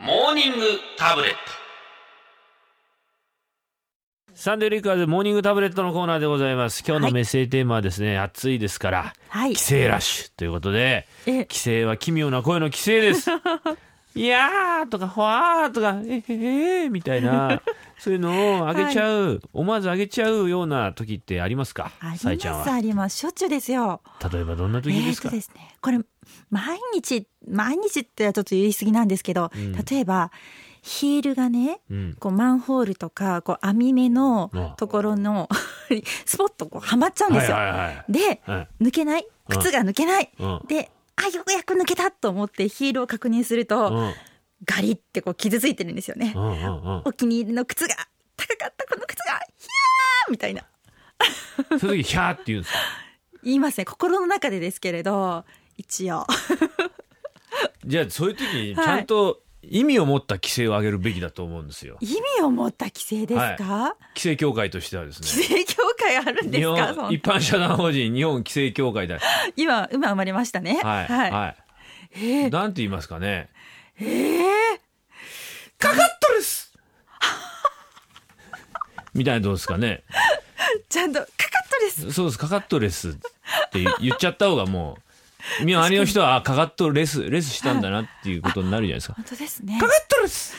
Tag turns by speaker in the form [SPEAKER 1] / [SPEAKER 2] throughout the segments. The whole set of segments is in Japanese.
[SPEAKER 1] ニングタブレット
[SPEAKER 2] サンデーリッカーズモーニングタブレットのコーナーでございます。今日の
[SPEAKER 3] はい
[SPEAKER 2] メッセージテーマはですね、暑いですから、
[SPEAKER 3] はい
[SPEAKER 2] 帰。省ラッシュということで、
[SPEAKER 3] え
[SPEAKER 2] 帰省は奇妙な声の帰省です。 いやーとか、ほわーとか、えへへーみたい な、そういうのをあげちゃう、思わずあげちゃうような時ってありますか
[SPEAKER 3] あ
[SPEAKER 2] さい
[SPEAKER 3] り
[SPEAKER 2] ちゃん
[SPEAKER 3] ます
[SPEAKER 2] は。
[SPEAKER 3] ありますしょっちゅうですよ。
[SPEAKER 2] 例えばどんな時
[SPEAKER 3] え
[SPEAKER 2] で
[SPEAKER 3] っ
[SPEAKER 2] すか、
[SPEAKER 3] とですねこれ毎日毎日ってはちょっと言い過ぎなんですけど、
[SPEAKER 2] ん
[SPEAKER 3] 例えばヒールがね
[SPEAKER 2] うん。
[SPEAKER 3] こうマンホールとかこう網目の
[SPEAKER 2] あ
[SPEAKER 3] ところの スポッとこうはまっちゃうんですよ。
[SPEAKER 2] はいはいはい。
[SPEAKER 3] で
[SPEAKER 2] はい
[SPEAKER 3] 抜けない
[SPEAKER 2] うん
[SPEAKER 3] 靴が抜けない、
[SPEAKER 2] うん
[SPEAKER 3] であようやく抜けたと思ってヒールを確認すると、
[SPEAKER 2] うん
[SPEAKER 3] ガリってこう傷ついてるんですよね。
[SPEAKER 2] うんうん
[SPEAKER 3] お気に入りの靴が高かったこの靴がひゃーみたいな
[SPEAKER 2] うん。その時、ひゃーって言うんですか
[SPEAKER 3] 言いますね心の中でですけれど 一応
[SPEAKER 2] じゃあそういう時にち
[SPEAKER 3] はい
[SPEAKER 2] ゃんと意味を持った規制を上げるべきだと思うんですよ。
[SPEAKER 3] 意味を持った規制ですか、
[SPEAKER 2] 規制協会としてはですね。
[SPEAKER 3] 規制協会あるんで
[SPEAKER 2] 日
[SPEAKER 3] す
[SPEAKER 2] 本
[SPEAKER 3] かそん
[SPEAKER 2] 一般社団法人日本規制協会だ。は
[SPEAKER 3] 今今生まれましたね
[SPEAKER 2] いはい。
[SPEAKER 3] はい、えー
[SPEAKER 2] なんて言いますかね。
[SPEAKER 3] え
[SPEAKER 2] かかったです。 みたいなどうですかね。
[SPEAKER 3] ーちゃんとかかったです
[SPEAKER 2] そうですかかっとですって言っちゃった方がもう身の周りの人はあかかっとレスレスしたんだなっていうことになるじゃないですか。
[SPEAKER 3] 本当ですね
[SPEAKER 2] かかっとです。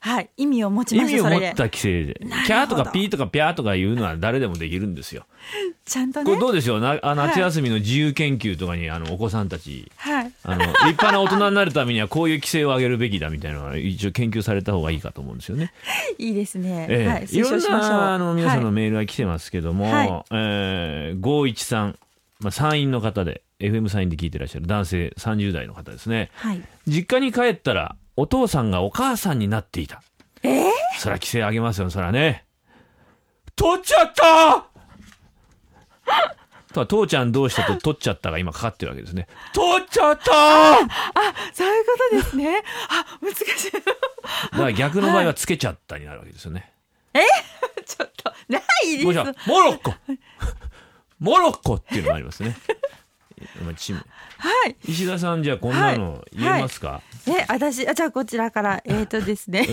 [SPEAKER 3] はい意味を持ち
[SPEAKER 2] 意
[SPEAKER 3] まし
[SPEAKER 2] 味
[SPEAKER 3] た
[SPEAKER 2] を
[SPEAKER 3] そ
[SPEAKER 2] 持
[SPEAKER 3] れ
[SPEAKER 2] っ
[SPEAKER 3] で
[SPEAKER 2] た規制で
[SPEAKER 3] なるほど
[SPEAKER 2] キャーとかピーとかピャーとか言うのは誰でもできるんですよ。
[SPEAKER 3] ちゃんと
[SPEAKER 2] こ
[SPEAKER 3] ね
[SPEAKER 2] れどうでしょうなあ
[SPEAKER 3] はい
[SPEAKER 2] 夏休みの自由研究とかにあのお子さんたち
[SPEAKER 3] はい
[SPEAKER 2] あの立派な大人になるためにはこういう規制を上げるべきだみたいなのは一応研究された方がいいかと思うんですよね。
[SPEAKER 3] いいですね、
[SPEAKER 2] ええ
[SPEAKER 3] はい
[SPEAKER 2] い
[SPEAKER 3] 推
[SPEAKER 2] ろ
[SPEAKER 3] 奨
[SPEAKER 2] ん
[SPEAKER 3] しましょう
[SPEAKER 2] なあの皆さんの
[SPEAKER 3] はい
[SPEAKER 2] メールが来てますけども、
[SPEAKER 3] はい
[SPEAKER 2] えー513、まあ、参院の方で FM 参院で聞いてらっしゃる男性30代の方ですね
[SPEAKER 3] はい、
[SPEAKER 2] 実家に帰ったらお父さんがお母さんになっていた
[SPEAKER 3] えー
[SPEAKER 2] そら規制上げますよそらね取っちゃったとは父ちゃんどうしたと取っちゃったが今かかってるわけですね取っちゃった
[SPEAKER 3] そういうことですねあ難しい
[SPEAKER 2] だから逆の場合はつけちゃったになるわけですよね、
[SPEAKER 3] ちょっとないです
[SPEAKER 2] もちろんモロッコモロッコっていうのもあります ねまあチーム
[SPEAKER 3] はい
[SPEAKER 2] 石田さんじゃあこんなの言えますか、
[SPEAKER 3] え私あじゃあこちらからえっ、ー、とで すね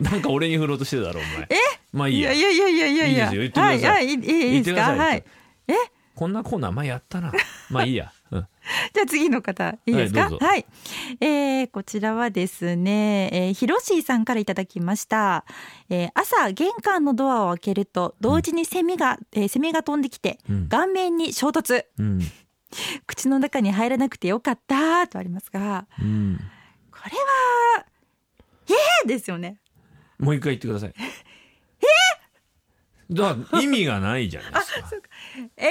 [SPEAKER 2] なんか俺に振ろうとしてただろお前まあいい
[SPEAKER 3] い
[SPEAKER 2] や
[SPEAKER 3] やいやいやいやいや
[SPEAKER 2] いいですよ言ってください
[SPEAKER 3] はいはいいいいいですか
[SPEAKER 2] 言ってください
[SPEAKER 3] はいえ
[SPEAKER 2] こんなコーナー前やったなまあいいや、うん
[SPEAKER 3] じゃあ次の方いいです
[SPEAKER 2] は
[SPEAKER 3] か
[SPEAKER 2] いどうぞ
[SPEAKER 3] はい、えー、こちらはですね、えー、ひろしーさんからいただきました、えー、朝玄関のドアを開けると同時にセミが、えーセミが飛んできて、
[SPEAKER 2] うん
[SPEAKER 3] 顔面に衝突
[SPEAKER 2] うん
[SPEAKER 3] 口の中に入らなくてよかったとありますが
[SPEAKER 2] うん、
[SPEAKER 3] これは「えー!」ですよね
[SPEAKER 2] もう一回言ってください。えだから意味がないじゃないですか。
[SPEAKER 3] えー、難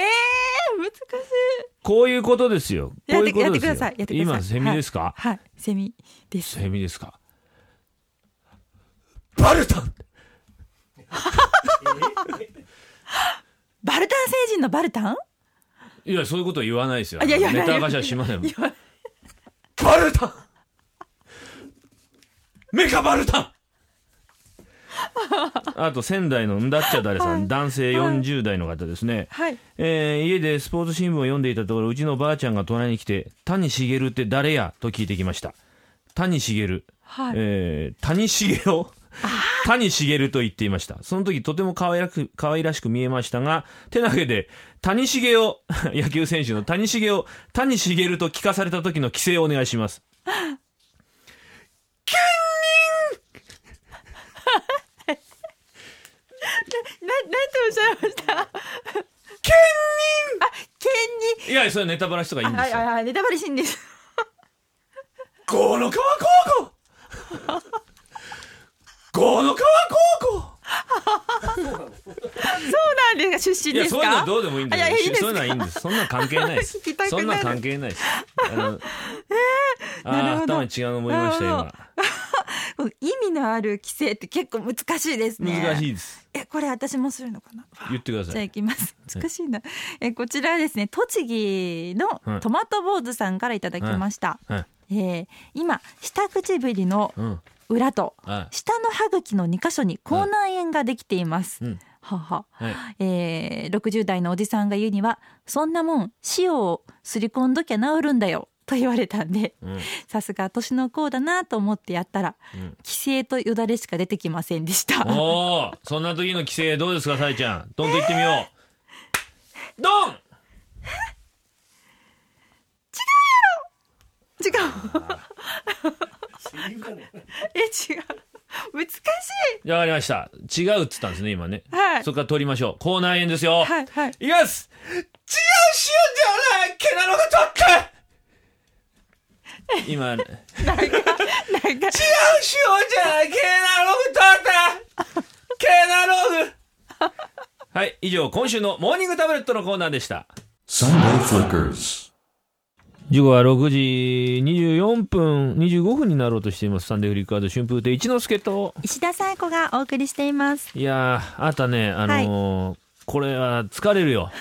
[SPEAKER 3] しい
[SPEAKER 2] こういうことですよ。こ
[SPEAKER 3] やっ
[SPEAKER 2] う
[SPEAKER 3] て
[SPEAKER 2] いうこと
[SPEAKER 3] やっ
[SPEAKER 2] です
[SPEAKER 3] てく
[SPEAKER 2] よ。
[SPEAKER 3] ださいやってください
[SPEAKER 2] 今セミですか、
[SPEAKER 3] はいセミです
[SPEAKER 2] セミですかバルタン
[SPEAKER 3] バルタン星人のバルタン
[SPEAKER 2] いや、そういうことは言わないですよ。
[SPEAKER 3] あいやいや
[SPEAKER 2] ネタ化しはしません。バルタンメカバルタンあと仙台のんだっちゃだれさん、男性40代の方ですね、
[SPEAKER 3] はい
[SPEAKER 2] えー家でスポーツ新聞を読んでいたところうちのばあちゃんが隣に来て「谷茂って誰や?」と聞いてきました谷茂、
[SPEAKER 3] はい
[SPEAKER 2] えー谷茂を谷茂と言っていましたその時とても可愛らく可愛らしく見えましたが手投げで谷茂を 野球選手の谷茂を谷茂と聞かされた時の規制をお願いします
[SPEAKER 3] な、なんておっしゃいました。県人。あ、県
[SPEAKER 2] いやそれはネタバラシとかいいん
[SPEAKER 3] 人。
[SPEAKER 2] で
[SPEAKER 3] は
[SPEAKER 2] す
[SPEAKER 3] い
[SPEAKER 2] よ
[SPEAKER 3] はいはい、ネタバレシーンです。
[SPEAKER 2] 五の川高校 五の川高校
[SPEAKER 3] そうなんですか、出身
[SPEAKER 2] い
[SPEAKER 3] で
[SPEAKER 2] や
[SPEAKER 3] す
[SPEAKER 2] そう
[SPEAKER 3] か。
[SPEAKER 2] いうのはどうでもいいんだ
[SPEAKER 3] あい
[SPEAKER 2] よ
[SPEAKER 3] やいいですか
[SPEAKER 2] そういうのはいいんですそんなん関係ないです
[SPEAKER 3] 聞きたくなる
[SPEAKER 2] そんなん関係ないですあ の、あ
[SPEAKER 3] なる
[SPEAKER 2] ー
[SPEAKER 3] ほど
[SPEAKER 2] 頭に違うの思いました
[SPEAKER 3] なるほ
[SPEAKER 2] 今
[SPEAKER 3] この意味のある規制って結構難しいですね。
[SPEAKER 2] 難し
[SPEAKER 3] い。
[SPEAKER 2] いです
[SPEAKER 3] え、これ私もするのかな。
[SPEAKER 2] 言ってくだ
[SPEAKER 3] じゃ
[SPEAKER 2] さ
[SPEAKER 3] あ
[SPEAKER 2] い
[SPEAKER 3] 行きます。難しいな。え、こちらはですね、栃木
[SPEAKER 2] はい
[SPEAKER 3] のトマト坊主さんからいただきました。
[SPEAKER 2] はい
[SPEAKER 3] えー今下唇の
[SPEAKER 2] うん
[SPEAKER 3] 裏と
[SPEAKER 2] は
[SPEAKER 3] 下の歯茎の2箇所に口内炎ができています。
[SPEAKER 2] いうん
[SPEAKER 3] はは。
[SPEAKER 2] はい
[SPEAKER 3] えー60代のおじさんが言うには「そんなもん塩をすり込んどきゃ治るんだよ」と言われたんで
[SPEAKER 2] うん
[SPEAKER 3] さすが年の功だなと思ってやったら
[SPEAKER 2] うん
[SPEAKER 3] 規制とよだれしか出てきませんでした
[SPEAKER 2] おーそんな時の規制どうですかさえちゃんどんと言ってみようどん
[SPEAKER 3] 違うえ違う難しい
[SPEAKER 2] わかりました違うっつったんですね今ね
[SPEAKER 3] はい
[SPEAKER 2] そこから取りましょう口内炎ですよ
[SPEAKER 3] はいはい
[SPEAKER 2] いきます違う塩ではない毛なのが 取った今違う
[SPEAKER 3] なんかなんか
[SPEAKER 2] 塩じゃない毛なのが取った毛なのがはい以上今週のモーニングタブレットのコーナーでした
[SPEAKER 1] Sunday Flickers.
[SPEAKER 2] 時刻は6時24分25分になろうとしていますサンデーフリッカード春風亭一之輔と
[SPEAKER 3] 石田紗友子がお送りしています
[SPEAKER 2] いやーあなたねあのーこれは疲れるよ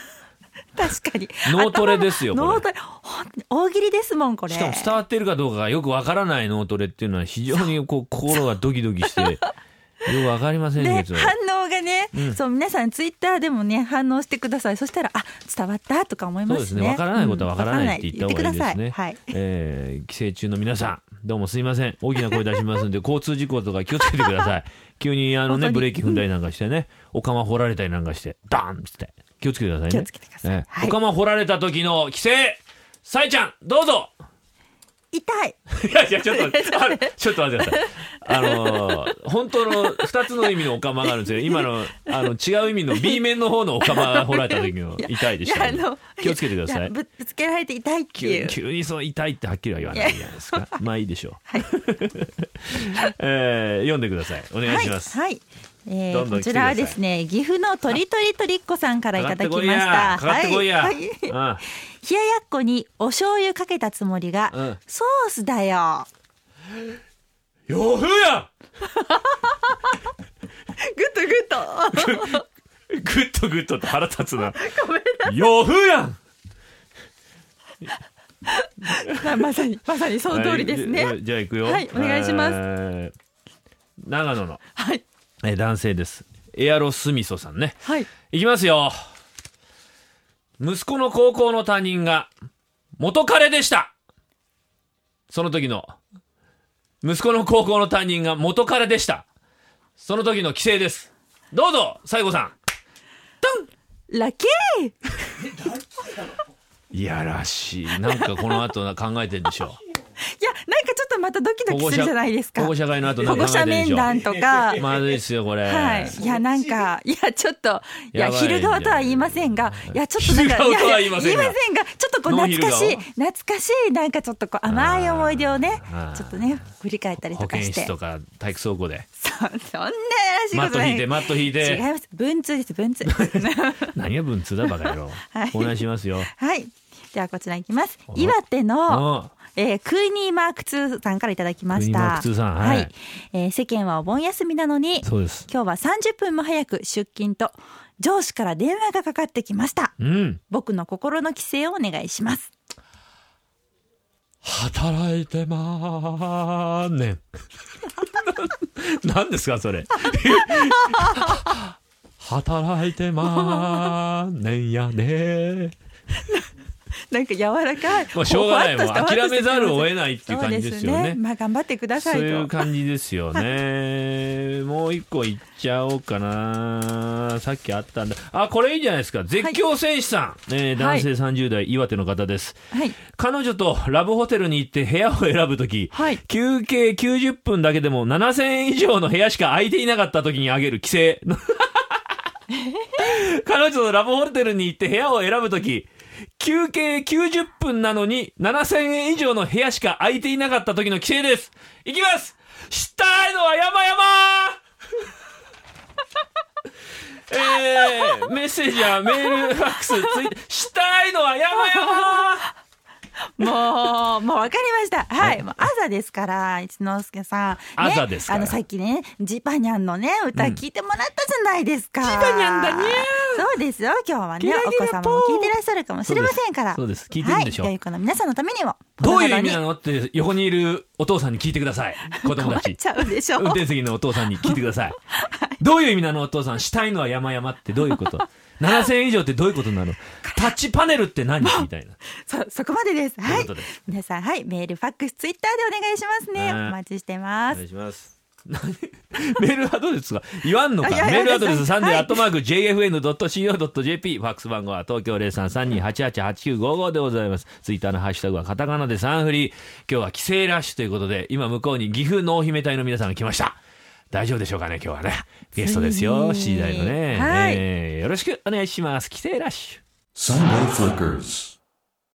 [SPEAKER 3] 確かに
[SPEAKER 2] 脳トレですよ
[SPEAKER 3] 頭の
[SPEAKER 2] これ
[SPEAKER 3] 脳トレほん大喜利ですもんこれ
[SPEAKER 2] しかも伝わってるかどうかがよくわからない脳トレっていうのは非常にこう 心がドキドキしてよくわかりません
[SPEAKER 3] ね
[SPEAKER 2] け、ど
[SPEAKER 3] 反応がね、そう皆さんツイッターでもね反応してくださいそしたらあ伝わったとか思いますね
[SPEAKER 2] そうですねわからないことはわからないって言った方がいいですね
[SPEAKER 3] うんわからないって言ってくださいはい
[SPEAKER 2] えー帰省中の皆さんどうもすいません大きな声出しますん で交通事故とか気をつけてください急にあのね
[SPEAKER 3] 本当に
[SPEAKER 2] ブレーキ踏んだりなんかしてねお釜掘られたりなんかしてダーンっつって気をつけてくださいね
[SPEAKER 3] 気をつけてください
[SPEAKER 2] えー
[SPEAKER 3] はい
[SPEAKER 2] お釜掘られた時の帰省さえちゃんどう ぞ
[SPEAKER 3] 痛い
[SPEAKER 2] いやいやちょ っと待ってあちょっと待ってくださいあのー本当の2つの意味のお釜があるんですよ今のあの違う意味の B 面の方のお釜が掘られた時の痛いでした、
[SPEAKER 3] いやあの
[SPEAKER 2] 気をつけてくださ
[SPEAKER 3] や
[SPEAKER 2] い
[SPEAKER 3] ぶぶつけられて痛いってい
[SPEAKER 2] 急
[SPEAKER 3] う
[SPEAKER 2] 急にそう痛いってはっきりは言わないじゃないですか。まあいいでしょう。
[SPEAKER 3] はい
[SPEAKER 2] えー読んでください。お願いします。
[SPEAKER 3] はい、はいえー
[SPEAKER 2] どんどん来
[SPEAKER 3] こ
[SPEAKER 2] てく
[SPEAKER 3] ち
[SPEAKER 2] だ
[SPEAKER 3] ら
[SPEAKER 2] さい
[SPEAKER 3] はですね岐阜のとりとりとりっこさんからいただきました
[SPEAKER 2] かかってこいや。
[SPEAKER 3] は
[SPEAKER 2] か
[SPEAKER 3] い
[SPEAKER 2] か
[SPEAKER 3] はい
[SPEAKER 2] ってこいや。
[SPEAKER 3] 冷ややっこにお醤油かけたつもりが、
[SPEAKER 2] うん
[SPEAKER 3] ソースだよ
[SPEAKER 2] うん洋風や
[SPEAKER 3] グッとグッと
[SPEAKER 2] ん。グッとグッとって腹立つ な。洋風やん。
[SPEAKER 3] まさにまさにその通りですね、
[SPEAKER 2] はいじゃあ行くよ。
[SPEAKER 3] はいお願いします
[SPEAKER 2] えー長野の
[SPEAKER 3] はい
[SPEAKER 2] えー男性です。エアロスミソさんね。
[SPEAKER 3] はい
[SPEAKER 2] いきますよ。息子の高校の担任が元彼でした。その時の、息子の高校の担任が元彼でした。その時の規制です。どうぞ、西郷さ
[SPEAKER 3] ラッキー
[SPEAKER 2] ん。いやらしい。なんかこの後な考えてるでしょ
[SPEAKER 3] いやなんかちょっとまたドキ
[SPEAKER 2] う。
[SPEAKER 3] ドキするじゃないですか
[SPEAKER 2] 保護者会の後な
[SPEAKER 3] 保
[SPEAKER 2] んか
[SPEAKER 3] 護
[SPEAKER 2] 考えてるでし
[SPEAKER 3] 者面
[SPEAKER 2] ょ。
[SPEAKER 3] 談とか、
[SPEAKER 2] まずいっすよ、これ。
[SPEAKER 3] はい、いやなんかいやちょっといや
[SPEAKER 2] やばい
[SPEAKER 3] 昼顔とは言いませんがいやちょっとなんか
[SPEAKER 2] 昼顔とは言いませんが
[SPEAKER 3] やや言いませんがちょっとこう
[SPEAKER 2] ノー
[SPEAKER 3] 懐かしい
[SPEAKER 2] 昼
[SPEAKER 3] 懐かしいなんかちょっとこう甘い思い出をね
[SPEAKER 2] あー
[SPEAKER 3] ちょっとね振り返ったり
[SPEAKER 2] 保
[SPEAKER 3] とか
[SPEAKER 2] 健
[SPEAKER 3] して
[SPEAKER 2] 室とか体育倉庫 で。
[SPEAKER 3] そそんなやらしい
[SPEAKER 2] マ
[SPEAKER 3] こ
[SPEAKER 2] ット
[SPEAKER 3] とな
[SPEAKER 2] 引
[SPEAKER 3] い
[SPEAKER 2] いて、マット引い
[SPEAKER 3] 違い
[SPEAKER 2] て。
[SPEAKER 3] ます文通です文 通
[SPEAKER 2] 何が文通だ、バカ野郎
[SPEAKER 3] はい。
[SPEAKER 2] お願いしますよ。
[SPEAKER 3] はいではこちらいきます
[SPEAKER 2] お
[SPEAKER 3] 岩手の
[SPEAKER 2] うん
[SPEAKER 3] えークーニーマーク2さんからいただきました
[SPEAKER 2] クーニーマーク2さんはい
[SPEAKER 3] えー世間はお盆休みなのに
[SPEAKER 2] そうです。
[SPEAKER 3] 今日は30分も早く出勤と上司から電話がかかってきました
[SPEAKER 2] うん。
[SPEAKER 3] 僕の心の規制をお願いします
[SPEAKER 2] 働いてまーねん。 何ですか、それ。働いてまーねんやね
[SPEAKER 3] なんか柔らかい
[SPEAKER 2] まあしょうがない
[SPEAKER 3] ほわっとした
[SPEAKER 2] もう諦めざるを
[SPEAKER 3] ほわっとし
[SPEAKER 2] 得
[SPEAKER 3] た
[SPEAKER 2] ないっていう感じですよね
[SPEAKER 3] そうまあ頑張ってくださ
[SPEAKER 2] そう
[SPEAKER 3] い
[SPEAKER 2] いう
[SPEAKER 3] と
[SPEAKER 2] 感じですよ ね。もう一個いっちゃおうかな。さっきあったんだ。あ、これいいじゃないですか。絶叫戦士さん。えー
[SPEAKER 3] は
[SPEAKER 2] 男
[SPEAKER 3] い
[SPEAKER 2] 性30代、岩手の方です。
[SPEAKER 3] はい
[SPEAKER 2] 彼女とラブホテルに行って部屋を選ぶとき、
[SPEAKER 3] はい
[SPEAKER 2] 休憩90分だけでも7000円以上の部屋しか空いていなかったときにあげる規 制。彼女とラブホテルに行って部屋を選ぶとき、休憩90分なのに7000円以上の部屋しか空いていなかったときの規制です。いきますしたいのは山々 えー、メッセージやメール、ファックス、ツイ ッター、したいのは山々
[SPEAKER 3] もう、もう分かりました。はい。もう朝ですから、一之輔さん。ね
[SPEAKER 2] 朝ですから
[SPEAKER 3] あの、さっきね、ジパニャンのね、歌聞いてもらったじゃないですか。ジパニャンだね。そうですよ。今日は
[SPEAKER 2] ギ
[SPEAKER 3] ね
[SPEAKER 2] ラ、
[SPEAKER 3] お
[SPEAKER 2] ギ
[SPEAKER 3] 子
[SPEAKER 2] ラ
[SPEAKER 3] 様
[SPEAKER 2] ポー
[SPEAKER 3] も聞いてらっしゃるかもしれませんから。
[SPEAKER 2] そうですそうです聞いてるんでしょ
[SPEAKER 3] はい。良い子の皆さんのためにも。
[SPEAKER 2] どういう意味な
[SPEAKER 3] の
[SPEAKER 2] のって横にいるお父さんに聞いてくださ い。子供
[SPEAKER 3] 困
[SPEAKER 2] た
[SPEAKER 3] っ
[SPEAKER 2] ち
[SPEAKER 3] ち。ゃうでしょ。
[SPEAKER 2] 運転席のお父さんに聞いてください。どういう意味なのお父さん。したいのは山々ってどういうこと7000円以上ってどういうことなのタッチパネルって 何みたいな。
[SPEAKER 3] そそこまでです
[SPEAKER 2] とい
[SPEAKER 3] は
[SPEAKER 2] う
[SPEAKER 3] い
[SPEAKER 2] ことです
[SPEAKER 3] 皆さんはいメールファックスツイッターでお願いしますね
[SPEAKER 2] ね
[SPEAKER 3] お待ちしてま
[SPEAKER 2] お
[SPEAKER 3] す
[SPEAKER 2] 願いします。何 メールアドレスが言わんのか
[SPEAKER 3] あいや
[SPEAKER 2] メールアドレスサ
[SPEAKER 3] は
[SPEAKER 2] ン
[SPEAKER 3] い
[SPEAKER 2] デーアットマーク JFN.CO.JP ファックス番号は東京0332888955でございますツイッターのハッシュタグはカタカナでサンフリー今日は帰省ラッシュということで今向こうに岐阜濃姫隊の皆さんが来ました大丈夫でしょうかね今日はねゲストですよ
[SPEAKER 3] つ
[SPEAKER 2] 7
[SPEAKER 3] いに
[SPEAKER 2] 時台のね、
[SPEAKER 3] はい
[SPEAKER 2] えーよろしくお願いします帰省ラッシュ
[SPEAKER 1] Sunday Flickers.